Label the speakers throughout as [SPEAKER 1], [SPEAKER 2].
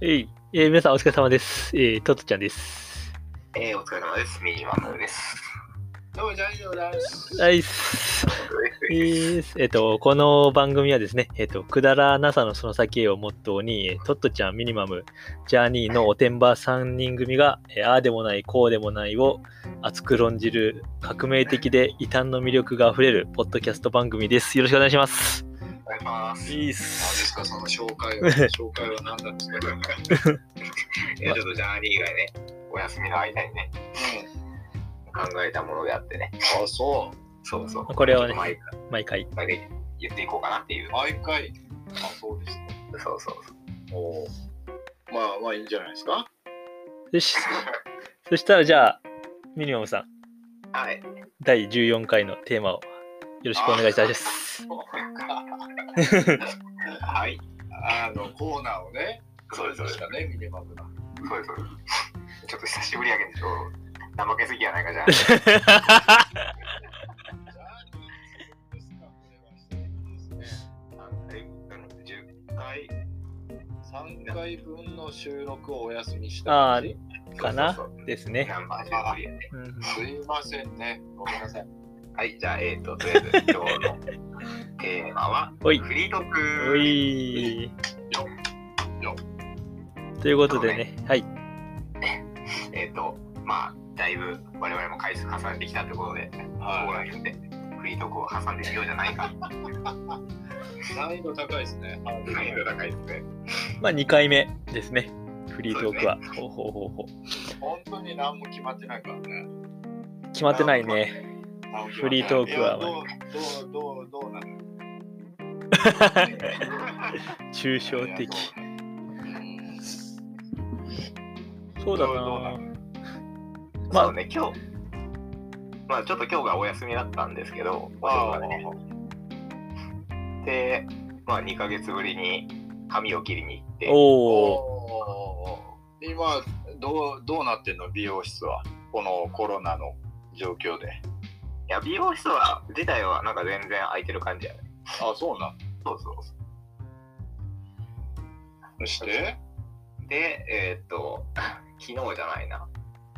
[SPEAKER 1] えい、えー皆さんお疲れ様です。えー、トトちゃんです。
[SPEAKER 2] えー、お疲れ様です。ミニマムです。どうも、ジャイロです。。
[SPEAKER 1] はいいっす。えーすえっと、この番組はですね、えっと、くだらなさのその先へをモットーに、えートットちゃん、ミニマム、ジャーニーのおてんば3人組が、えーああでもない、こうでもないを熱く論じる革命的で異端の魅力があふれるポッドキャスト番組です。よろしくお願いします。
[SPEAKER 2] お願いします。
[SPEAKER 1] いいっ
[SPEAKER 2] 何です
[SPEAKER 1] す。
[SPEAKER 2] か、その紹介は、紹介は何だったんです かいや、ちょっとジャーニーがね、お休みの間にね、考えたものであってね。あ、そう。そうそう。
[SPEAKER 1] これをね
[SPEAKER 2] 毎
[SPEAKER 1] 毎回。
[SPEAKER 2] 回で言っていこうかなっていう。
[SPEAKER 3] 毎回、あ、そうですね。
[SPEAKER 2] そうそうそう。
[SPEAKER 3] おーまあまあいいんじゃないですか。
[SPEAKER 1] よし。そしたら、じゃあ、ミニマムさん、
[SPEAKER 2] はい。
[SPEAKER 1] 第14回のテーマをよろしくお願いいたします。
[SPEAKER 2] はい。
[SPEAKER 3] あのコーナーをね、
[SPEAKER 2] そうです、そうで
[SPEAKER 3] でし
[SPEAKER 2] す。
[SPEAKER 3] たね、ミニマムが。
[SPEAKER 2] そうです、そうです。ちょっと久しぶりやけど、ちょっと怠けすぎやないかじゃあ。
[SPEAKER 3] じゃあ、ですか、これはしてですね。
[SPEAKER 2] 10回
[SPEAKER 3] 三回分の収録をお休みした
[SPEAKER 1] あ
[SPEAKER 3] んです
[SPEAKER 1] かなですね。
[SPEAKER 2] ナンバー10ぶりやね。
[SPEAKER 1] うん
[SPEAKER 3] すいませんね、ごめんなさい。
[SPEAKER 2] はい、じゃあ、えっ、と、とりあえず今日のテーマは、
[SPEAKER 1] おい
[SPEAKER 2] フリートー
[SPEAKER 1] お
[SPEAKER 2] ク
[SPEAKER 1] い
[SPEAKER 3] よよ
[SPEAKER 1] ということでね、はい、
[SPEAKER 2] えっ、と、まあ、だいぶ我々も回数重ねてきたってことで、ここら
[SPEAKER 3] は
[SPEAKER 2] 辺でフリートークを挟んでみようじゃないか。
[SPEAKER 3] い、難易度高いですね。
[SPEAKER 2] 難易度高いですね。
[SPEAKER 1] まあ2回目ですね、フリートークは。ほうほうほうほう
[SPEAKER 3] 本当に何も決まってないからね。
[SPEAKER 1] 決まってない ね。フリートークはい
[SPEAKER 3] やどうどうどうどうなの。
[SPEAKER 1] 抽象的。
[SPEAKER 3] うん
[SPEAKER 1] そうだ
[SPEAKER 3] どうどうな
[SPEAKER 1] な。まあ
[SPEAKER 2] そうね、今日、まあ、ちょっと今日がお休みだったんですけど、お仕事がねで、まあ、2ヶ月ぶりに髪を切りに行って、
[SPEAKER 1] おお、
[SPEAKER 3] おー今どうどうなってんの美容室はこのコロナの状況で
[SPEAKER 2] いや美容室は自体はなんか全然空いてる感じやね。
[SPEAKER 3] あそうな
[SPEAKER 2] そうそうそ
[SPEAKER 3] そして
[SPEAKER 2] う。で、えーっと、 昨日じゃないな。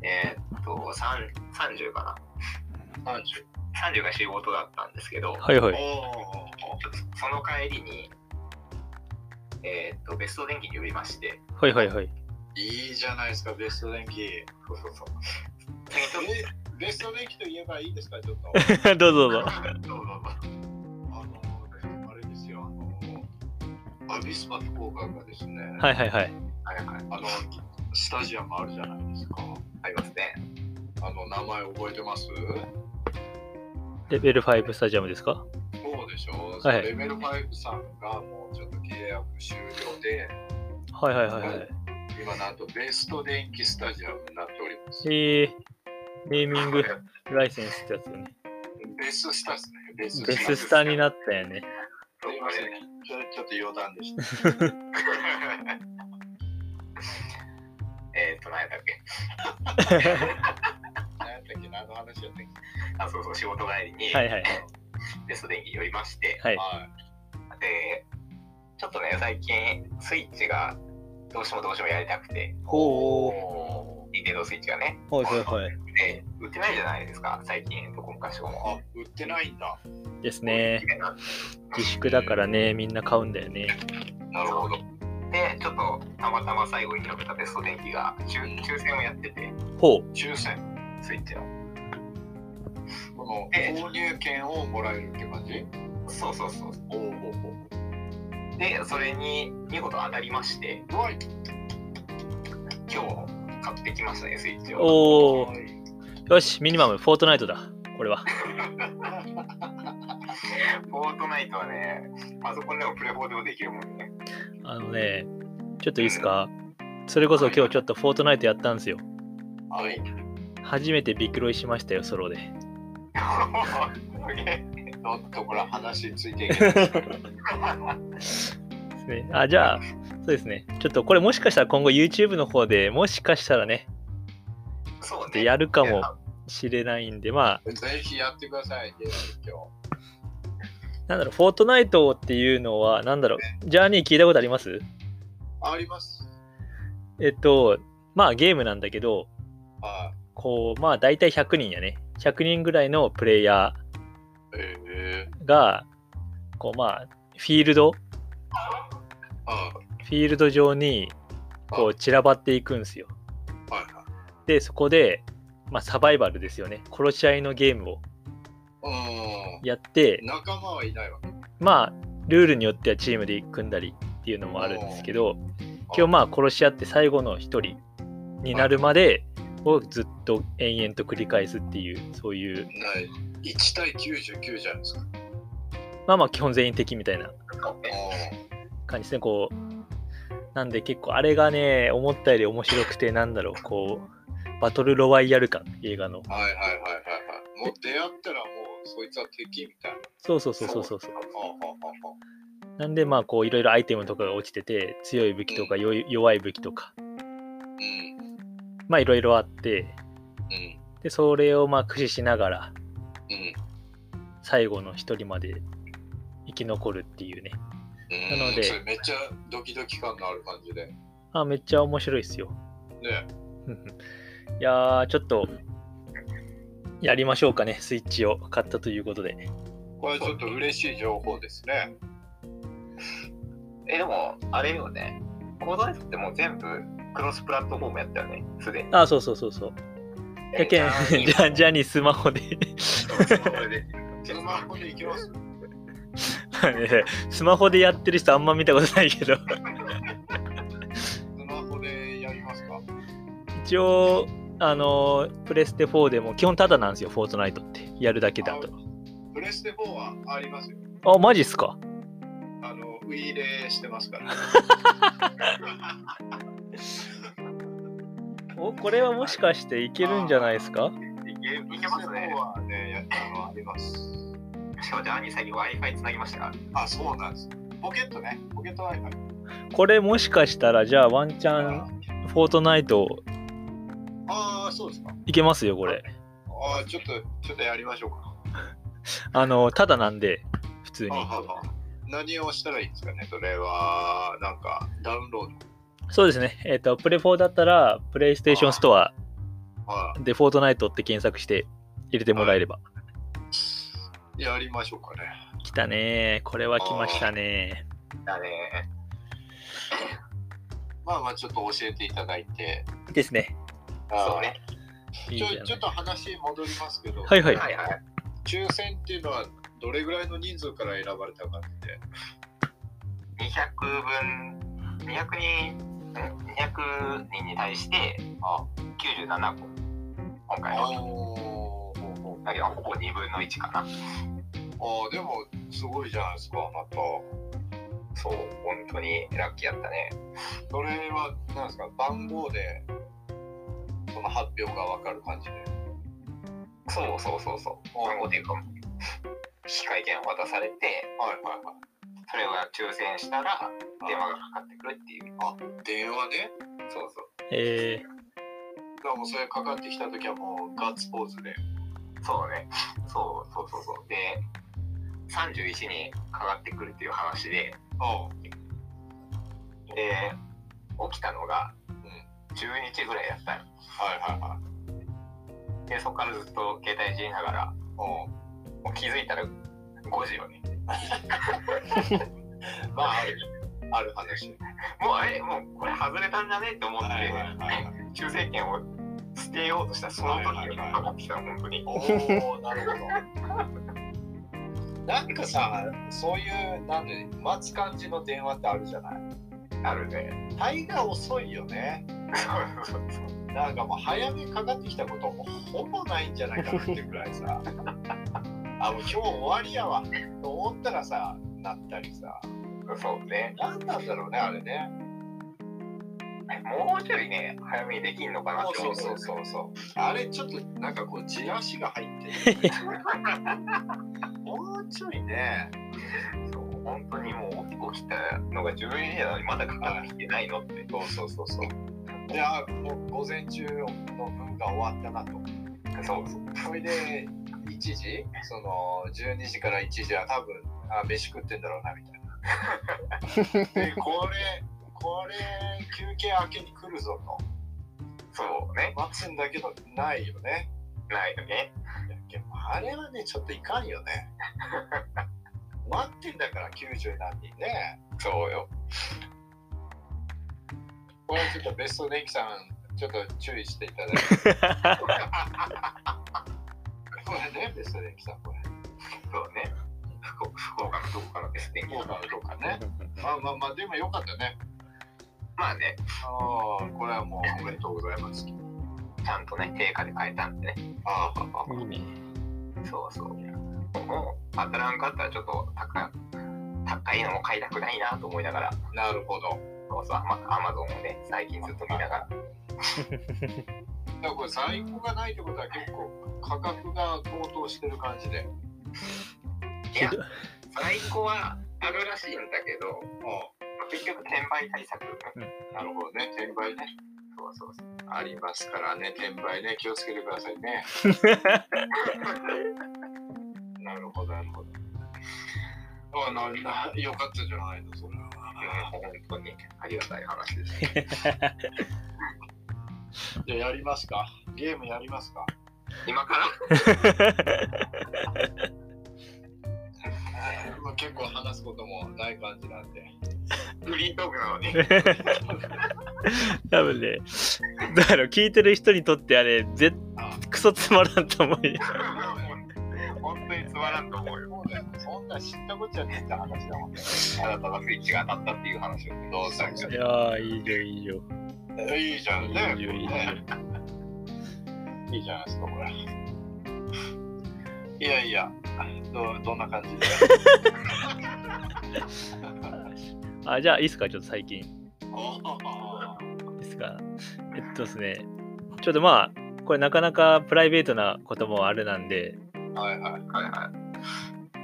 [SPEAKER 2] えーっと、三30かな。
[SPEAKER 3] 30
[SPEAKER 2] 30が仕事だったんですけど、
[SPEAKER 1] はいは
[SPEAKER 3] お
[SPEAKER 1] い。
[SPEAKER 2] その帰りに、えーっと、ベスト電気に呼びまして、
[SPEAKER 1] はいはいはい。
[SPEAKER 3] ーいいじゃないですかベスト電気え
[SPEAKER 2] そうそう そう。えーっと
[SPEAKER 3] ベスト電気といえばいいですかちょっと
[SPEAKER 1] どうぞどうぞ。
[SPEAKER 2] どうぞどうぞ
[SPEAKER 3] あのあれですよあのアビスマ効果がですね、
[SPEAKER 1] はいはいはい。
[SPEAKER 2] はいはい。
[SPEAKER 3] あのスタジアムあるじゃないですか
[SPEAKER 2] ありますね。
[SPEAKER 3] あの名前覚えてます
[SPEAKER 1] レベル5スタジアムですか
[SPEAKER 3] そうでしょ、
[SPEAKER 1] はい
[SPEAKER 3] レベル5さんがもうちょっと契約終了で
[SPEAKER 1] はいはいはいはい。
[SPEAKER 3] 今なんとベスト電気スタジアムになっております。
[SPEAKER 1] えー、ネーミングライセンスってやつよね。
[SPEAKER 3] ベストスタですね。ベスト
[SPEAKER 1] ベ
[SPEAKER 3] スタ
[SPEAKER 1] ススタになったよ ね。
[SPEAKER 3] すいません。ちょちょっと余談でした。
[SPEAKER 2] えーっと、何やったっけ
[SPEAKER 3] 何やったっけ何の話やったっけ
[SPEAKER 2] あ、そうそう、仕事帰りに、
[SPEAKER 1] はいはい
[SPEAKER 2] ベスト電気に呼びまして、
[SPEAKER 1] はい。
[SPEAKER 3] はい。
[SPEAKER 2] で、ちょっとね、最近、スイッチがどうしてもどうしてもやりたくて、
[SPEAKER 1] ほ
[SPEAKER 3] お
[SPEAKER 2] ニンテンドースイッチがね。
[SPEAKER 1] う。はいはいはい。
[SPEAKER 2] で、売ってないじゃないですか、最近、どこもかしこ
[SPEAKER 3] ーあ
[SPEAKER 2] も。、
[SPEAKER 3] 売ってないんだ。
[SPEAKER 1] ですね。自粛だからね、みんな買うんだよね。
[SPEAKER 3] なるほど。
[SPEAKER 2] で、ちょっと、たまたま最後に呼べたベスト電気が抽、抽選をやってて、
[SPEAKER 1] ほう。
[SPEAKER 3] 抽選。
[SPEAKER 2] スイッチの。
[SPEAKER 3] この
[SPEAKER 2] ええ
[SPEAKER 3] 購入券をもらえるって感じ
[SPEAKER 2] そうそうそう。
[SPEAKER 3] おおお
[SPEAKER 2] で、それに見事当たりまして、
[SPEAKER 3] お。はい。
[SPEAKER 2] 今日買ってきましたね、スイッチを。
[SPEAKER 1] お
[SPEAKER 3] はい
[SPEAKER 1] お。よし、ミニマム、フォートナイトだ。これは。
[SPEAKER 2] フォートナイトはね、パソコンでもプレフォーでもできるもんね。
[SPEAKER 1] あのね、ちょっといいですかそれこそ今日ちょっとフォートナイトやったんですよ。
[SPEAKER 3] はい。
[SPEAKER 1] 初めてビクロイしましたよ、ソロで。
[SPEAKER 2] すげえ。
[SPEAKER 3] ちょっとこれ話ついていけない。
[SPEAKER 1] ですね、あ、じゃあ、そうですね。ちょっとこれもしかしたら今後 YouTube の方でもしかしたらね、
[SPEAKER 2] そうね。
[SPEAKER 1] やるかもしれないんで、まあ、
[SPEAKER 3] ぜひやってください、今
[SPEAKER 1] なんだろう、フォートナイトっていうのは、なんだろう、ジャーニー聞いたことあります
[SPEAKER 3] 日。あります。
[SPEAKER 1] えっと、まあゲームなんだけど、
[SPEAKER 3] は
[SPEAKER 1] こう、まあ大体100人やね。100人ぐらいのプレイヤ
[SPEAKER 3] い。ええ
[SPEAKER 1] ーが、こうまあ、フィールド、フ
[SPEAKER 3] あ
[SPEAKER 1] ィールド上に、こう散らばっていくんですよ。
[SPEAKER 3] あ、はいは
[SPEAKER 1] で、そこで、まあサバイバルですよね。殺し合いのゲームを
[SPEAKER 3] い。
[SPEAKER 1] やって
[SPEAKER 3] うん。、仲間はいないわけ。
[SPEAKER 1] まあ、ルールによってはチームで組んだりっていうのもあるんですけど、今日まあ殺し合って最後の一人になるまでをずっと延々と繰り返すっていう、そういう、
[SPEAKER 3] ない。1対99じゃないですか。
[SPEAKER 1] まあまあ基本全員敵みたいな
[SPEAKER 3] う
[SPEAKER 1] 感じですね、こう。なんで結構あれがね、思ったより面白くて、なんだろう、こう、バトルロワイヤル感、映画の。
[SPEAKER 3] んはいはいはいはいはい。もう出会ったらもうそいつは敵みたいな。
[SPEAKER 1] そうそうそうそうそうそう。
[SPEAKER 3] ああああ
[SPEAKER 1] なんでまあこういろいろアイテムとかが落ちてて、強い武器とか弱い弱い武器とか、
[SPEAKER 3] あうん
[SPEAKER 1] まあいろいろあって、
[SPEAKER 3] うん
[SPEAKER 1] で、それをまあ駆使しながら、
[SPEAKER 3] うん
[SPEAKER 1] 最後の一人まで生き残るっていうね。
[SPEAKER 3] うん。
[SPEAKER 1] なので
[SPEAKER 3] それめっちゃドキドキ感のある感じで。ね。
[SPEAKER 1] あ、めっちゃ面白いっすよ。ふんふんいやー、ちょっと、やりましょうかね、スイッチを買ったということで。
[SPEAKER 3] これちょっと嬉しい情報ですね。
[SPEAKER 2] え、でも、あれよね。コードレスってもう全部クロスプラットフォームやったよね、すでに。
[SPEAKER 1] あ、そうそうそうそう。やけん、 じゃあ、じゃあにスマホで
[SPEAKER 3] スマホで行きます。
[SPEAKER 1] スマホでやってる人あんま見たことないけど、
[SPEAKER 3] スマホでやりますか。
[SPEAKER 1] 一応、あのー、プレステ4でも基本タダなんですよ、フォートナイトって。やるだけだと。
[SPEAKER 3] プレステ4はありますよ。
[SPEAKER 1] あ、マジっすか
[SPEAKER 3] あの、ウィーレしてますから。
[SPEAKER 1] お、これはもしかしていけるんじゃないですか
[SPEAKER 2] ゲームいけ
[SPEAKER 3] プレス
[SPEAKER 2] ま
[SPEAKER 3] テ
[SPEAKER 2] す
[SPEAKER 3] 4
[SPEAKER 2] ね。
[SPEAKER 3] はね、やあのあります。
[SPEAKER 2] しかも、ジャーニー最近 Wi-Fi つなぎましたから。
[SPEAKER 3] あ、そうなんです。ポケットね。ポケット Wi-Fi。
[SPEAKER 1] これもしかしたら、じゃあワンチャン、フォートナイト
[SPEAKER 3] ああ、そうですか。
[SPEAKER 1] いけますよ、これ。
[SPEAKER 3] ああ、ちょっと、ちょっとやりましょうか。
[SPEAKER 1] あの、ただなんで、普通に。
[SPEAKER 3] 何をしたらいいんですかね、それは、なんか、ダウンロー
[SPEAKER 1] そうですね。えっ、と、プレ4だったら、プレイステーションストア
[SPEAKER 3] ド。は
[SPEAKER 1] で、フォートナイトって検索して入れてもらえれば。
[SPEAKER 3] い。やりましょうかね。
[SPEAKER 1] 来たねー。これは来ましたね
[SPEAKER 2] だね。
[SPEAKER 3] まあまあ、ちょっと教えていただいて。
[SPEAKER 1] ー。ですね。
[SPEAKER 2] そうね。
[SPEAKER 1] いい
[SPEAKER 3] ち
[SPEAKER 1] じ
[SPEAKER 3] ょ
[SPEAKER 1] ゃない
[SPEAKER 3] ちょっと話戻りますけど、
[SPEAKER 1] はいはい。
[SPEAKER 2] はいはい。
[SPEAKER 3] 抽選っていうのはどれぐらいの人数から選ばれたかって、
[SPEAKER 2] 200分、200人、ん200人に対して、あ97個。今回は。
[SPEAKER 3] おー
[SPEAKER 2] だけど、ほぼ2分の1かな。
[SPEAKER 3] あーでもすごいじゃないですか、あなた。
[SPEAKER 2] そう、本当にラッキーやったね。
[SPEAKER 3] それはなんですか、番号でその発表が分かる感じで。
[SPEAKER 2] そうそうそうそう。番号っていうか、機械券を渡されて、
[SPEAKER 3] はいはいはい。
[SPEAKER 2] それを抽選したら、電話がかかってくるっていう。
[SPEAKER 3] あ電話で
[SPEAKER 2] そうそう。
[SPEAKER 1] え
[SPEAKER 3] だからもうそれかかってきた時はもうガッツポーズで。
[SPEAKER 2] そうね。そうそうそうそう。で、31にかかってくるっていう話で、
[SPEAKER 3] あ
[SPEAKER 2] で、起きたのが、
[SPEAKER 3] う
[SPEAKER 2] 10
[SPEAKER 3] ん
[SPEAKER 2] 日ぐらいやったの。
[SPEAKER 3] はいはいはい。
[SPEAKER 2] で、そこからずっと携帯いじりながら、もうもう気づいたら5時よね。
[SPEAKER 3] まああるある話。
[SPEAKER 2] もうあれ、もうこれ外れたんじゃねって思って、
[SPEAKER 3] はいはいはい はい。
[SPEAKER 2] 抽選券を捨てようとしたその時にかかってきたの、本当に。
[SPEAKER 3] おお、なるほど。なんかさ、そういう、なんで、待つ感じの電話ってあるじゃない。
[SPEAKER 2] あるね。
[SPEAKER 3] 大概遅いよね。
[SPEAKER 2] そうそうそう。
[SPEAKER 3] なんかもう早めにかかってきたこともほぼないんじゃないかなっていうくらいさ。あ、もう今日終わりやわ。と思ったらさ、なったりさ。
[SPEAKER 2] そうね。
[SPEAKER 3] なんなんだろうね、あれね。
[SPEAKER 2] もうちょいね、早めにできんのかなって
[SPEAKER 3] そ
[SPEAKER 2] 思う。
[SPEAKER 3] うそうそうそう。あれちょっとなんかこう、地足が入って る。もうちょいね。
[SPEAKER 2] そう本当にもう起きたのが12時なのにまだかかってきてないのって。
[SPEAKER 3] そうそうそうそう。で、あ、もう午前中の分が終わったなと。
[SPEAKER 2] そうそう。
[SPEAKER 3] それで1時その12時から1時は多分あ飯食ってんだろうなみたいなでこれこれ休憩明けに来るぞと
[SPEAKER 2] そうね。
[SPEAKER 3] 待つんだけどないよね
[SPEAKER 2] ないよね。
[SPEAKER 3] いやあれはねちょっといかんよ ね待ってんだから90何人ね
[SPEAKER 2] そうよ。
[SPEAKER 3] これちょっとベスト電気さんちょっと注意していただい てこれねベスト電気さんこれ
[SPEAKER 2] そうね。福福岡のどこからですね。
[SPEAKER 3] どうかどうかねまあまあまあでもよかったね
[SPEAKER 2] まあね、
[SPEAKER 3] ああこれはもうおめでとうございます
[SPEAKER 2] ちゃんとね、定価で買えたんでね。
[SPEAKER 3] ああああ
[SPEAKER 1] いいね。
[SPEAKER 2] そうそう。もう当たらんかったらちょっと高高いのも買いたくないなと思いながら、
[SPEAKER 3] なるほど
[SPEAKER 2] そうそう、まアマゾンをね、最近ずっと見ながら。
[SPEAKER 3] だからこれ在庫がないってことは結構価格が高騰してる感じで。
[SPEAKER 2] いや、在庫はあるらしいんだけど、結局転売対策、
[SPEAKER 3] なるほどね、転売ね。
[SPEAKER 2] そうそうそう。
[SPEAKER 3] ありますからね、転売ね、気をつけてくださいね。 なるほど、なるほど。あななよかったじゃないの、それは。
[SPEAKER 2] うん本当にありがたい話です。
[SPEAKER 3] じゃあやりますかゲームやりますか
[SPEAKER 2] 今から
[SPEAKER 3] もう結構話すこともない感じなんで。
[SPEAKER 2] フリートークなのに。
[SPEAKER 1] 多分ね、だから聞いてる人にとってあれ、絶クソつまらんと思うよ。
[SPEAKER 2] 本当につまらんと思うよ。
[SPEAKER 3] そうだよ、そんな知ったこっちゃねえって話だもんね。
[SPEAKER 2] あなたがスイッチが当たったっていう話をね。
[SPEAKER 3] どうする
[SPEAKER 1] いやー、いいよ、いいよ。
[SPEAKER 3] かいいじゃんね。
[SPEAKER 1] いいよ、いいよ。
[SPEAKER 3] いいじゃないですか、これ。いやいや、どうどんな感じ で
[SPEAKER 1] あ、じゃあ、いいっすか、ちょっと最近。
[SPEAKER 3] おおお
[SPEAKER 1] ですが、えっとですね、ちょっとまあ、これなかなかプライベートなこともあれなんで、
[SPEAKER 3] はいはい
[SPEAKER 2] はいは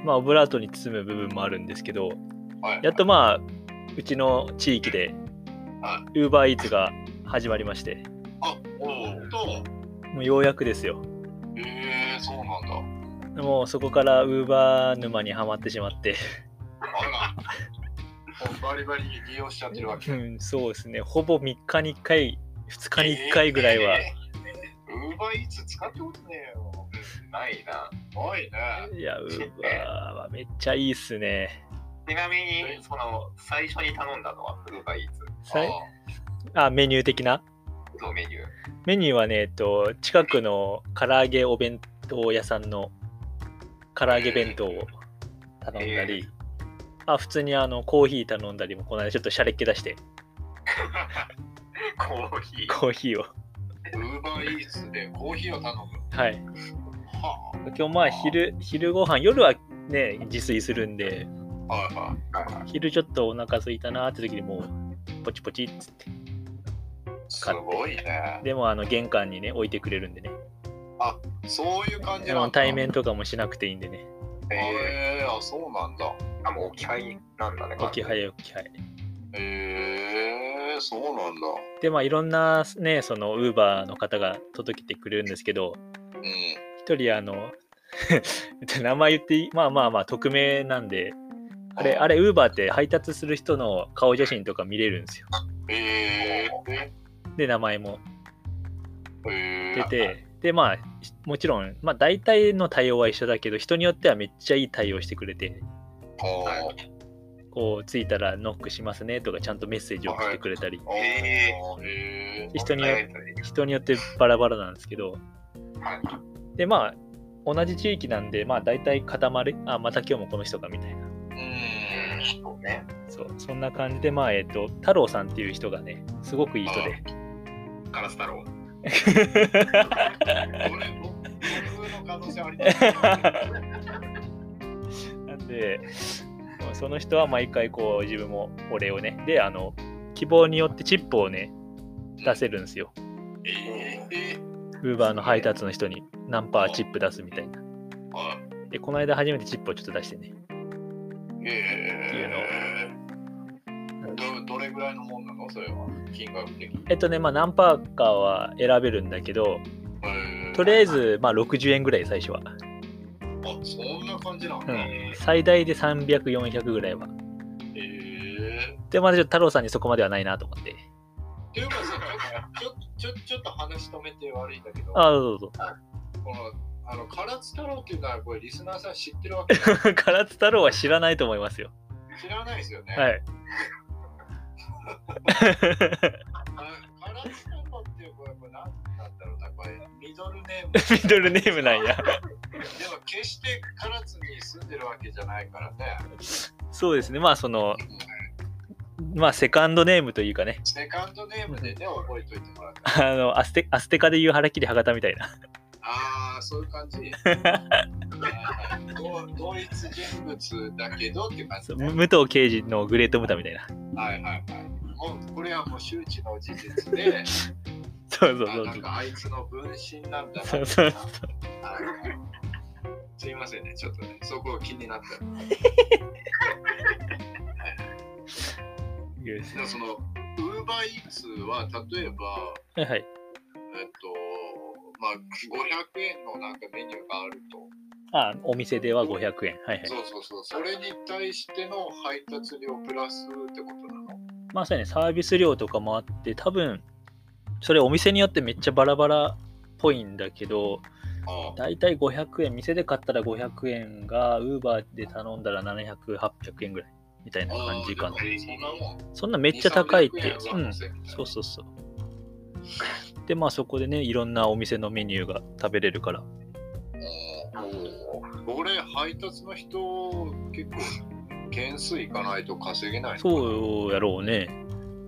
[SPEAKER 1] まあ、オブラートに包む部分もあるんですけど、
[SPEAKER 3] はい。
[SPEAKER 1] やっとまあ、うちの地域で
[SPEAKER 3] は、
[SPEAKER 1] ウーバーイーツが始まりまして、
[SPEAKER 3] あおおと、
[SPEAKER 1] もうようやくですよ。
[SPEAKER 3] えー、そうなんだ。
[SPEAKER 1] もうそこからウーバー沼にはまってしまって、
[SPEAKER 3] あら、 もうバリバリに利用しちゃってるわけ。
[SPEAKER 1] う
[SPEAKER 3] 2
[SPEAKER 1] ん、そうですね、ほぼ3日に1回、2日に1回ぐらいは、
[SPEAKER 3] ウーバーイーツ使ったことねえよ。
[SPEAKER 2] い。ないな。
[SPEAKER 3] ないね。
[SPEAKER 1] いや、ウーバーはめっちゃいいっすね。
[SPEAKER 2] ちなみに、その、最初に頼んだのは、ウーバーイーツ。
[SPEAKER 1] さいあ、メニュー的な
[SPEAKER 2] そう、メニ ュー。
[SPEAKER 1] メニューはね、えっと、近くの唐揚げお弁当屋さんの唐揚げ弁当を頼んだり、あ普通にあのコーヒー頼んだりも、この間ちょっとシャレっ気出して、
[SPEAKER 2] コーヒー。
[SPEAKER 1] コーヒーを。
[SPEAKER 3] ウーバーイーツでコーヒーを頼む。
[SPEAKER 1] はい。
[SPEAKER 3] は
[SPEAKER 1] 今日まあ昼、昼ご飯夜はね、自炊するんで、
[SPEAKER 3] あ、はいはいはい。
[SPEAKER 1] 昼ちょっとお腹空いたなって時にもう、ポチポチっつって。
[SPEAKER 3] すごいね。
[SPEAKER 1] でも、あの、玄関にね、置いてくれるんでね。
[SPEAKER 3] そういう感じ
[SPEAKER 1] あ
[SPEAKER 3] なん
[SPEAKER 1] の
[SPEAKER 3] だ。
[SPEAKER 1] 対面とかもしなくていいんでね。
[SPEAKER 2] え
[SPEAKER 3] えー、あ、そうなんだ。
[SPEAKER 2] ー、あ、もう置き配なんだね。
[SPEAKER 1] 置き早い置き早い。
[SPEAKER 3] えー、そうなんだ。
[SPEAKER 1] で、まあいろんなね、その、ウーバーの方が届けてくれるんですけど、
[SPEAKER 3] う
[SPEAKER 1] 一人あの 名前言っていいまあまあまあ匿名なんであれあれウーバーって配達する人の顔写真とか見れるんですよ
[SPEAKER 3] ん。え
[SPEAKER 1] で名前も
[SPEAKER 3] ー、え
[SPEAKER 1] 出てでまあもちろんまあ大体の対応は一緒だけど人によってはめっちゃいい対応してくれて
[SPEAKER 3] は
[SPEAKER 1] こう着いたらノックしますねとかちゃんとメッセージを送ってくれたり
[SPEAKER 3] い。
[SPEAKER 2] え
[SPEAKER 3] え
[SPEAKER 1] 人によ
[SPEAKER 2] はい
[SPEAKER 1] 人によってバラバラなんですけど
[SPEAKER 2] はい
[SPEAKER 1] でまあ同じ地域なんでまあ大体固まるあまた今日もこの人かみたいな
[SPEAKER 3] う
[SPEAKER 2] うん
[SPEAKER 3] ん。
[SPEAKER 2] そうね。
[SPEAKER 1] そうそんな感じでまあえっ、と太郎さんっていう人がねすごくいい人で
[SPEAKER 2] カラス太郎。
[SPEAKER 3] 俺も僕の可能性ありますね。
[SPEAKER 1] なんで、その人は毎回こう自分もお礼をね、で、あの、希望によってチップをね、出せるんですよ。
[SPEAKER 3] ええ
[SPEAKER 1] ウーバーの配達の人に何パーチップ出すみたいな。
[SPEAKER 3] は
[SPEAKER 1] で、この間初めてチップをちょっと出してね。
[SPEAKER 3] い。ええどどれぐらいのもんなのそれは金額的に。
[SPEAKER 1] えっとね、まあ何パーかは選べるんだけど、
[SPEAKER 3] え
[SPEAKER 1] とりあえ
[SPEAKER 3] ず。
[SPEAKER 1] ずまあ60円ぐらい最初は。
[SPEAKER 3] あそんな感じなん
[SPEAKER 1] う
[SPEAKER 3] だ。
[SPEAKER 1] ん。最大で300、400ぐらいは。
[SPEAKER 3] ええ
[SPEAKER 1] で、まだちょっと太郎さんにそこまではないなと思って。
[SPEAKER 3] ていうかさ、ちょっと、ちょっと、ちょっと話止めて悪いんだけど、
[SPEAKER 1] ああ、どうぞ
[SPEAKER 3] この、あの、唐津太郎っていうのは、これ、リスナーさん知ってるわけじゃ
[SPEAKER 1] どうぞ。唐津太郎は知らないと思いますよ。
[SPEAKER 3] ない知らないですよね。
[SPEAKER 1] はい。
[SPEAKER 3] あ唐津太郎っていう、これ、これなんなんだろうな、これ、ミドルネーム。
[SPEAKER 1] ミドルネームなんや。
[SPEAKER 3] でも、決して唐津に住んでるわけじゃないからね。
[SPEAKER 1] そうですね。まあ、その、まあ、セカンドネームというかね、
[SPEAKER 3] セカンドネームでね、覚えといてもらった。
[SPEAKER 1] あの、アステアステカで言う腹切り博多みたいな。
[SPEAKER 3] ああ、そういう感じ。あー同同一人物だけどっていう感じ、ね。
[SPEAKER 1] 武藤刑事のグレートムタみたいな。
[SPEAKER 3] はいはいはい。もうこれはもう周知の事実で、
[SPEAKER 1] そうそう
[SPEAKER 3] あ
[SPEAKER 1] そう
[SPEAKER 3] な
[SPEAKER 1] そ
[SPEAKER 3] ん
[SPEAKER 1] う。
[SPEAKER 3] かあいつの分身なんだな
[SPEAKER 1] そうそうそ
[SPEAKER 3] はいはいすいませんね、ちょっとね、そこが気になった。
[SPEAKER 1] う。
[SPEAKER 3] でもその、ウーバーイーツは例えば、
[SPEAKER 1] はいはい。
[SPEAKER 3] えっと、まあ、500円のなんかメニューがあると。
[SPEAKER 1] あ、お店では500円。はいはい。
[SPEAKER 3] そうそうそう、それに対しての配達料プラスってことなの
[SPEAKER 1] まさにサービス量とかもあって、多分、それお店によってめっちゃバラバラっぽいんだけど、
[SPEAKER 3] あ
[SPEAKER 1] だいたい500円、店で買ったら500円が、ウーバーで頼んだら700、800円ぐらいみたいな
[SPEAKER 3] あ
[SPEAKER 1] 感じかな。
[SPEAKER 3] そんなもん。
[SPEAKER 1] そんなめっちゃ高いって。
[SPEAKER 3] 200
[SPEAKER 1] う
[SPEAKER 3] 円
[SPEAKER 1] ん
[SPEAKER 3] は。せみたいな
[SPEAKER 1] そうそうそう。で、まあそこでね、いろんなお店のメニューが食べれるから。
[SPEAKER 3] 俺、配達の人、結構、件数いかないと稼げない。
[SPEAKER 1] そうやろうね。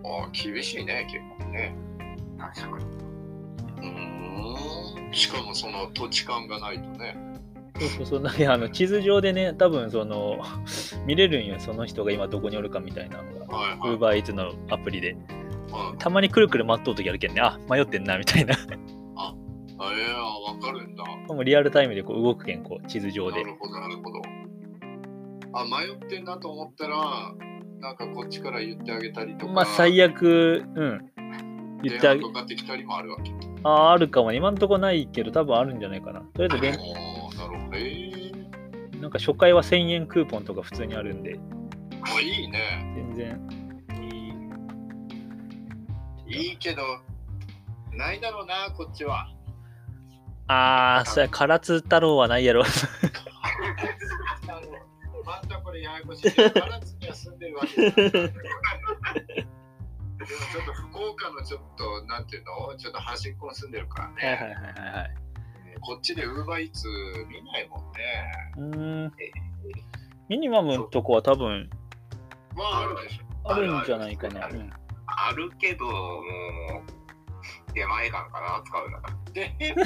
[SPEAKER 3] ああ厳しいね、結構ね。
[SPEAKER 2] 確かに。
[SPEAKER 3] うーん。しかも、その土地勘がないとね。
[SPEAKER 1] そうそうそう。なんかあの地図上でね、多分その、見れるんよ、その人が今どこにおるかみたいなのが。
[SPEAKER 3] はい
[SPEAKER 1] ウ
[SPEAKER 3] はい。
[SPEAKER 1] ーバーイーツのアプリで。
[SPEAKER 3] うん
[SPEAKER 1] たまにくるくる待っとうときあるけんね、あ、迷ってんな、みたいな。
[SPEAKER 3] ええわかるんだ。
[SPEAKER 1] もうリアルタイムでこう動くけん、こう、地図上
[SPEAKER 3] な
[SPEAKER 1] で。
[SPEAKER 3] るほど、なるほど。あ、迷ってんなと思ったら、なんかこっちから言ってあげたりとか。
[SPEAKER 1] まあ、最悪、うん。言ってあげ
[SPEAKER 3] 電話、とかってきたりもあるわけ。
[SPEAKER 1] あ、あるかもね。今んとこないけど、多分あるんじゃないかな。とりあえず連
[SPEAKER 3] おーなるほど。えー、
[SPEAKER 1] なんか初回は1000円クーポンとか普通にあるんで、
[SPEAKER 3] あいいね。
[SPEAKER 1] 全然。
[SPEAKER 3] いいけど、ないだろうな、こっちは。
[SPEAKER 1] あー、それ、唐津太郎はないやろ。
[SPEAKER 3] あのまたこれややこしいけど。唐津には住んでるわけじゃない でもちょっと福岡のちょっと、なんていうのちょっと端っこに住んでるからね。
[SPEAKER 1] いはい。
[SPEAKER 3] こっちでウーバーイーツ見ないもんね。
[SPEAKER 1] うーん。ミニマムのとこは多分
[SPEAKER 3] まあ、あるでしょ。
[SPEAKER 1] あるんじゃないかな。うん
[SPEAKER 2] あるけど、もう、出前感かな、使うなら。
[SPEAKER 3] で、
[SPEAKER 2] 出前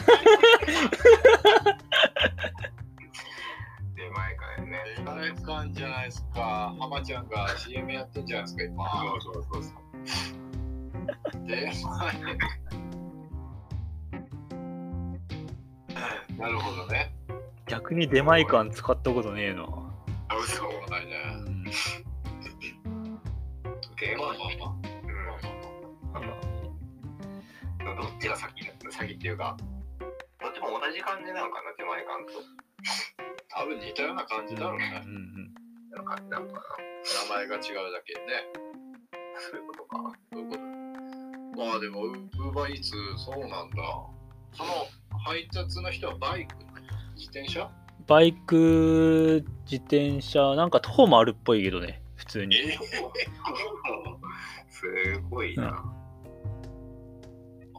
[SPEAKER 2] 感よね。
[SPEAKER 3] あれかんじゃないですか。浜ちゃんが CM やってんじゃないですか、今。
[SPEAKER 2] そうそうそうそう。
[SPEAKER 3] で、 なるほどね。
[SPEAKER 1] 逆に出前館使ったことねえな。
[SPEAKER 2] あ、
[SPEAKER 3] そ
[SPEAKER 2] 嘘。
[SPEAKER 3] うだね。
[SPEAKER 2] 出前
[SPEAKER 3] まあまあまあ。
[SPEAKER 2] うん。どっちが先だ先っていうか、どっちも同じ感じなのかな、手前感と。
[SPEAKER 3] 多分似たような感じだろうね。
[SPEAKER 1] うんうん
[SPEAKER 2] なんか、なんかな、
[SPEAKER 3] 名前が違うだけでね。
[SPEAKER 2] そういうことか。
[SPEAKER 3] そういうこと。まあでも、ウーバーイーツ、そうなんだ。その配達の人はバイク、自転車
[SPEAKER 1] バイク、自転車、なんか徒歩もあるっぽいけどね、普通に。
[SPEAKER 3] え
[SPEAKER 2] すごいな。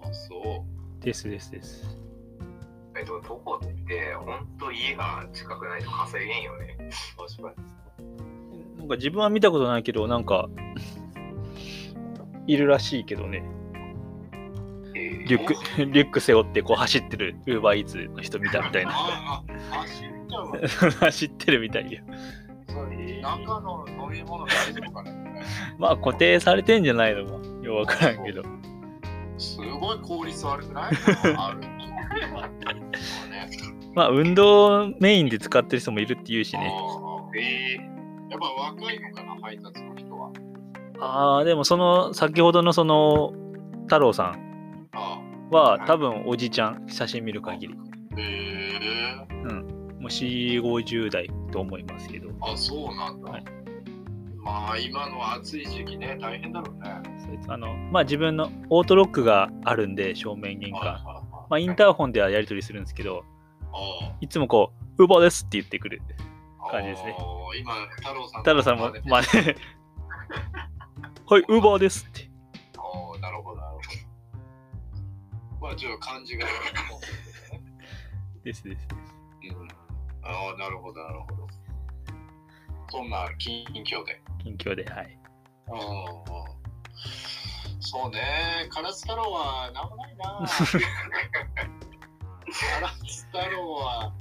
[SPEAKER 3] あ、そ。
[SPEAKER 1] ですですです。
[SPEAKER 2] えっと、徒歩って、ほんと家が近くないと稼げんよね。確かに。
[SPEAKER 1] なんか自分は見たことないけど、なんか、 いるらしいけどね。
[SPEAKER 2] え
[SPEAKER 1] リュック、リュック背負ってこう走ってるウーバーイーツの人見たみたいうな。
[SPEAKER 3] ああ、走っちゃうわ。
[SPEAKER 1] 走ってるみたいよ。
[SPEAKER 3] そう中の飲み物大丈夫かね。
[SPEAKER 1] まあ固定されてんじゃないのも、ようわからんけど。
[SPEAKER 3] すごい効率悪 くないある。そうね
[SPEAKER 1] まあ運動メインで使ってる人もいるっていうし
[SPEAKER 3] あ
[SPEAKER 1] ね。
[SPEAKER 3] ーえーやっぱ若いのかな、配達の人は。
[SPEAKER 1] ああ、でもその先ほどのその太郎さん
[SPEAKER 3] あ
[SPEAKER 1] は多分おじちゃん、写真見る限り。
[SPEAKER 3] ーえー、
[SPEAKER 1] もう4、50代と思いますけど。
[SPEAKER 3] あ、そうなんだ。
[SPEAKER 1] はい
[SPEAKER 3] まあ今の暑い時期ね、大変だろうね。
[SPEAKER 1] そいつあの、まあ、自分のオートロックがあるんで、正面玄
[SPEAKER 3] はいはい
[SPEAKER 1] 関。
[SPEAKER 3] は
[SPEAKER 1] まあ、インターホンではやり取りするんですけど、
[SPEAKER 3] い
[SPEAKER 1] いつもこう、ウーバーですって言ってくる。
[SPEAKER 3] あー
[SPEAKER 1] 感じですね
[SPEAKER 3] あー今、太郎さんの。
[SPEAKER 1] 太郎さんも
[SPEAKER 3] あ、
[SPEAKER 1] まあね、はい、ウーバーですって。
[SPEAKER 3] ーなるほど、なるほど。まあ、ちょっと感じが。
[SPEAKER 1] ですです。
[SPEAKER 3] うんああ、なるほど、なるほど。そんな近況で。
[SPEAKER 1] 近況で、はい。
[SPEAKER 3] うんそうね、唐津太郎はなんもないな。唐津太郎は、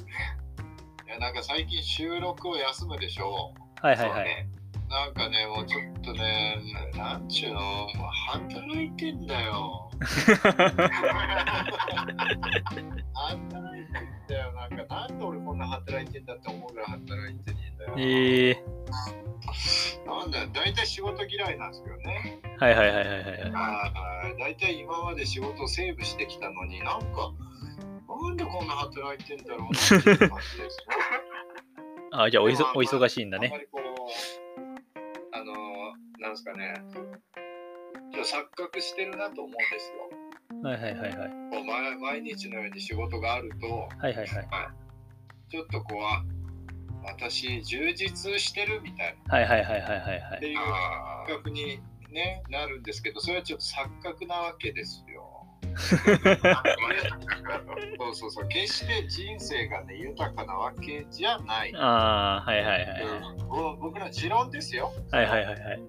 [SPEAKER 3] いやなんか最近収録を休むでしょ
[SPEAKER 1] はいはい
[SPEAKER 2] そう
[SPEAKER 1] はい。
[SPEAKER 2] ね
[SPEAKER 3] なんかね、もうちょっとね、なんちゅうの、もう働いてんだよ。働いてんだよ。なんか、なんで俺こんな働いてんだって思うぐらい働いてんだよ。
[SPEAKER 1] え
[SPEAKER 3] なんだよ、大体仕事嫌いなんですよね。
[SPEAKER 1] ー、はいはいはいはいはいはい。
[SPEAKER 3] あー大体今まで仕事をセーブしてきたのになんか、なんでこんな働いてんだろうっていう感じですね。
[SPEAKER 1] あ、じゃあおいそ
[SPEAKER 3] まあま
[SPEAKER 1] お
[SPEAKER 3] あ
[SPEAKER 1] 忙しいんだ
[SPEAKER 3] あんま
[SPEAKER 1] ね。
[SPEAKER 3] りこう、あのー、なんですかね、ちょっと錯覚してるなと思うんですよ。
[SPEAKER 1] はいはいはいはい。
[SPEAKER 3] こう毎毎日のように仕事があると
[SPEAKER 1] はいはいはい。
[SPEAKER 3] ちょっとこうあ私充実してるみたいな
[SPEAKER 1] はいはいはいはいはいは
[SPEAKER 3] って
[SPEAKER 1] い。
[SPEAKER 3] いう
[SPEAKER 2] あ
[SPEAKER 3] 感覚に、ね、なるんですけどそれはちょっと錯覚なわけですよ。そうそうそう決して人生がね豊かなわけじゃない。
[SPEAKER 1] ああ、はいはいはいはい。
[SPEAKER 3] うんぼ僕の持論ですよ。
[SPEAKER 1] はいはいはいはい。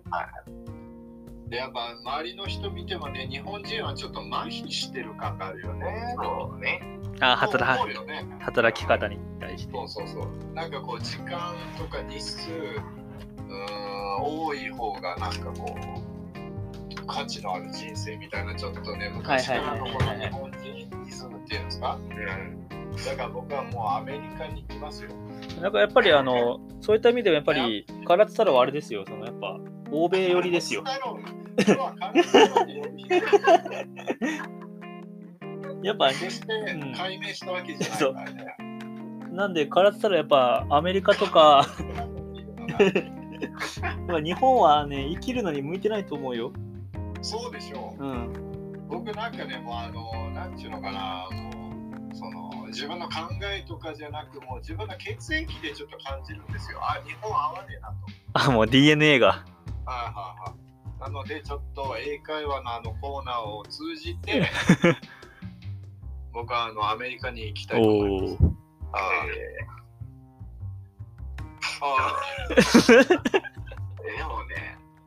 [SPEAKER 3] でやっぱ周りの人見てもね日本人はちょっと麻痺してる感があるよね
[SPEAKER 2] ー。そうね。
[SPEAKER 1] あー
[SPEAKER 3] そう
[SPEAKER 1] 働
[SPEAKER 3] 思うよね。
[SPEAKER 1] 働き方に対して。
[SPEAKER 3] そうそうそう。なんかこう時間とか日数うーん多い方がなんかこう価値のある人生みたいなちょっとね昔からのこの日本人イズムっていうんですか。
[SPEAKER 2] うん。
[SPEAKER 3] だから僕はもうアメリカに行きますよ。
[SPEAKER 1] なんかやっぱりあの、そういった意味ではやっぱり、唐津太郎はあれですよ、そのやっぱ、欧米寄りですよ。
[SPEAKER 3] カロリー。今日はカロリーより
[SPEAKER 1] やっぱ、
[SPEAKER 3] 決して解明したわけじゃないから ね。
[SPEAKER 1] なんで唐津太郎やっぱアメリカとか、やっぱ日本はね、生きるのに向いてないと思うよ。
[SPEAKER 3] そうでしょう。
[SPEAKER 1] うん。
[SPEAKER 3] 僕なんかねもうあのなんちゅうのかなもうその自分の考えとかじゃなくもう自分の血液でちょっと感じるんですよあ日本合わねえなと
[SPEAKER 1] あ、もう DNA が。
[SPEAKER 3] はいはいはいなのでちょっと英会話のあのコーナーを通じて僕はあのアメリカに行きたいと思います
[SPEAKER 1] ー。
[SPEAKER 3] あああ
[SPEAKER 2] でもね、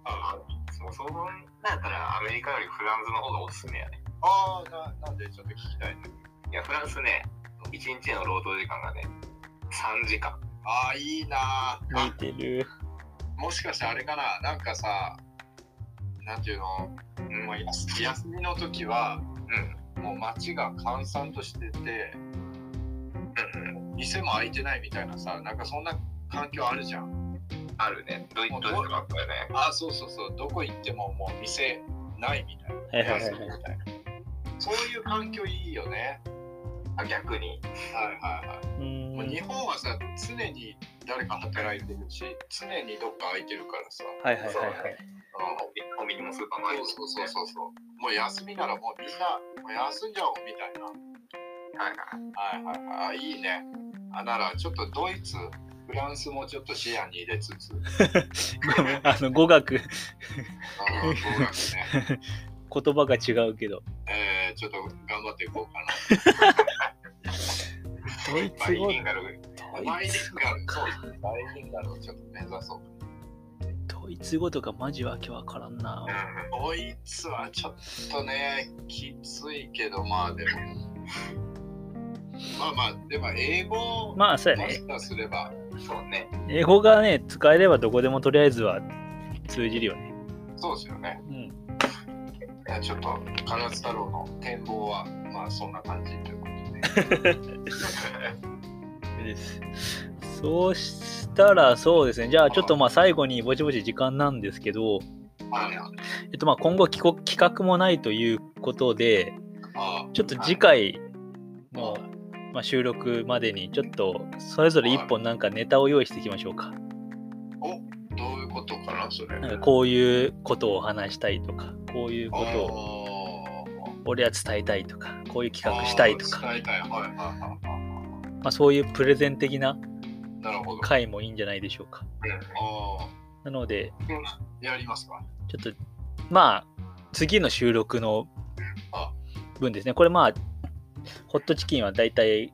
[SPEAKER 2] あそうそうなんだったらアメリカよりフランスの方がおすすめやね。
[SPEAKER 3] ああななんでちょっと聞きたい
[SPEAKER 2] いや、フランスね、一日の労働時間がね、3時間。
[SPEAKER 3] ああいいなあ
[SPEAKER 1] 向いてる。
[SPEAKER 3] もしかしてあれかななんかさなんていうの
[SPEAKER 2] うん
[SPEAKER 3] もう休休みの時は
[SPEAKER 2] うん。
[SPEAKER 3] もう街が閑散としてて
[SPEAKER 2] うんうん。
[SPEAKER 3] 店も開いてないみたいなさなんかそんな環境あるじゃん
[SPEAKER 2] あるね。ドイツとかあったよね。
[SPEAKER 3] あそうそうそうどこ行ってももう店ないみたい
[SPEAKER 1] はいは
[SPEAKER 3] な
[SPEAKER 1] いは
[SPEAKER 3] 休
[SPEAKER 1] い
[SPEAKER 3] み
[SPEAKER 1] は
[SPEAKER 3] み
[SPEAKER 1] い。
[SPEAKER 3] たいなそういう環境いいよね
[SPEAKER 2] あ、逆に。
[SPEAKER 3] はいはいは
[SPEAKER 1] う
[SPEAKER 3] い、もうん日。本はさ常に誰か働いてるし常にどっか空いてるからさ
[SPEAKER 1] はいはいはい
[SPEAKER 2] そう
[SPEAKER 1] はい。
[SPEAKER 2] コンビニもスーパーもあ
[SPEAKER 3] そ
[SPEAKER 2] る
[SPEAKER 3] うそうそうそうそうもう休みならもうみんなもう休んじゃおうみたいな
[SPEAKER 2] はいはい。
[SPEAKER 3] はいはいはいあ、いいね。あなら、ちょっとドイツ、フランスもちょっと視野に入れつつ、うん、語
[SPEAKER 1] あの、語学、
[SPEAKER 3] 学 ね、
[SPEAKER 1] 言葉が違うけど。
[SPEAKER 3] えー、ちょっと頑張っていこうかな。
[SPEAKER 1] ドイ
[SPEAKER 2] バ
[SPEAKER 1] ツ
[SPEAKER 2] イ
[SPEAKER 1] 語
[SPEAKER 2] リンガル。
[SPEAKER 3] バ
[SPEAKER 1] ドイ
[SPEAKER 3] イリ
[SPEAKER 1] ツ
[SPEAKER 3] ン
[SPEAKER 1] 語
[SPEAKER 3] ガル、そ
[SPEAKER 1] か
[SPEAKER 3] うですねバイリンガルをちょっと目指そう。
[SPEAKER 1] ドイツ語とかマジわけわからんな
[SPEAKER 2] う。ん
[SPEAKER 3] ドイツはちょっとね、きついけど、まあでも。まあまあ、でも英語を
[SPEAKER 1] まあそうや
[SPEAKER 3] マ
[SPEAKER 1] ね。
[SPEAKER 3] スターすれば、
[SPEAKER 2] うん。そうね。
[SPEAKER 1] 英語がね、使えればどこでもとりあえずは通じるよね。
[SPEAKER 3] そうですよね。
[SPEAKER 1] うん。
[SPEAKER 3] いやちょっと、唐津太郎の展望は、まあそんな感じということで。
[SPEAKER 1] です。そうしたらそうですね。じゃあちょっとまあ最後にぼちぼち時間なんですけど、
[SPEAKER 3] あれあ
[SPEAKER 1] えっとまあ今後帰国企画もないということで、
[SPEAKER 3] あ
[SPEAKER 1] ちょっと次回の、まあ、収録までにちょっとそれぞれ一本なんかネタを用意していきましょうか。
[SPEAKER 3] おどういうことかななそれ
[SPEAKER 1] なんかこういうことを話したいとか、こういうことを
[SPEAKER 3] を
[SPEAKER 1] 俺は伝えたいとか、こういう企画したいとか、
[SPEAKER 3] 伝えたいはいはいはいは
[SPEAKER 1] まあ、そういうプレゼン的ない
[SPEAKER 3] なるほど
[SPEAKER 1] 回もいいんじゃないでしょうか。
[SPEAKER 3] あ
[SPEAKER 1] なので、
[SPEAKER 3] ーやりますか
[SPEAKER 1] ちょっと、まあ、次の収録の分ですね。これまあ、ホットチキンはだいたい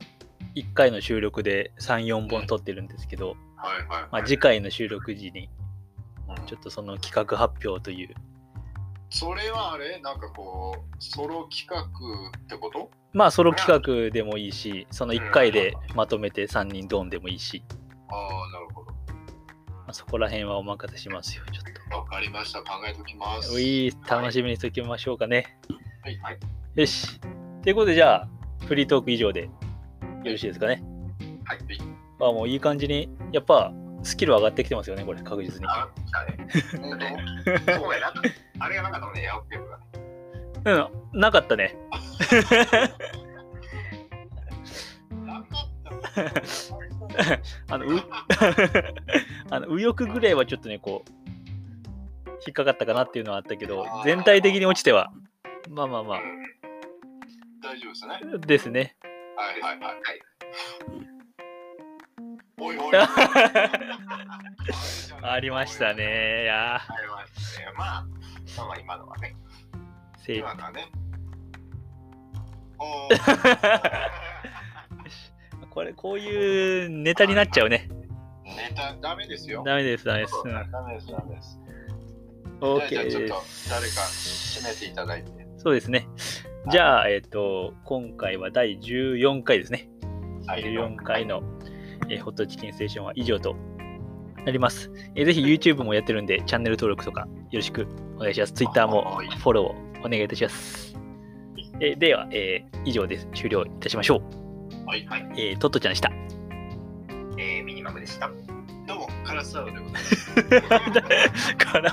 [SPEAKER 1] 1回の収録で3、4本撮ってるんですけど、
[SPEAKER 3] はいはいはい、
[SPEAKER 1] まあ、次回の収録時に
[SPEAKER 3] うん
[SPEAKER 1] ちょっとその企画発表という、
[SPEAKER 3] それはあれなんかこうソロ企画ってこと
[SPEAKER 1] まあソロ企画でもいいし、その1回でまとめて3人ドンでもいいし、
[SPEAKER 3] ああなるほど
[SPEAKER 1] まあ、そこら辺はお任せしますよ、ちょっと。
[SPEAKER 3] わかりました考えときます
[SPEAKER 1] ういー楽しみにしておきましょうかね。
[SPEAKER 3] はいはい
[SPEAKER 1] よし。ということで、じゃあ、フリートーク以上でよろしいですかね。
[SPEAKER 3] はい
[SPEAKER 1] まあもういい感じに、やっぱスキル上がってきてますよね、これ、確実に。
[SPEAKER 2] あだね
[SPEAKER 3] 本当
[SPEAKER 2] そうやなあれがなかったもんねヤオペブがね
[SPEAKER 1] うん、なかったね。
[SPEAKER 3] なかっ た
[SPEAKER 1] あの、うあの右翼ぐらいはちょっとね、こう、引っかかったかなっていうのはあったけど、全体的に落ちては、まあまあま
[SPEAKER 3] 大丈夫ですね
[SPEAKER 1] あ、です ね。
[SPEAKER 3] はいはいはいはいおいおい
[SPEAKER 1] ありましたね。いや
[SPEAKER 2] あれはねまあまあまあ今のはね
[SPEAKER 1] ー、せい
[SPEAKER 3] 今だねおー
[SPEAKER 1] これ、こういうネタになっちゃうね。
[SPEAKER 3] ネタダメですよ
[SPEAKER 1] ダメです、ダメです。、
[SPEAKER 3] そううんダメですダメです
[SPEAKER 1] オー
[SPEAKER 3] じ
[SPEAKER 1] ケ
[SPEAKER 3] ゃあ
[SPEAKER 1] ー
[SPEAKER 3] じゃあちょっ
[SPEAKER 1] で
[SPEAKER 3] と誰か
[SPEAKER 1] す。
[SPEAKER 3] 締めていただいて
[SPEAKER 1] そうですね。じゃあ、えっ、と、今回は第14回ですね。
[SPEAKER 3] はい
[SPEAKER 1] 14回の、えーホットチキンステーションは以上となります。えーぜひ YouTube もやってるんで、チャンネル登録とかよろしくお願いします。Twitter も
[SPEAKER 3] はい
[SPEAKER 1] フォローお願いいたします。えーでは、えー以上です。終了いたしましょう。
[SPEAKER 3] はいはい
[SPEAKER 1] えートットちゃんでした。
[SPEAKER 2] えーミニマムでした
[SPEAKER 3] どうもカラスサウでございます
[SPEAKER 1] から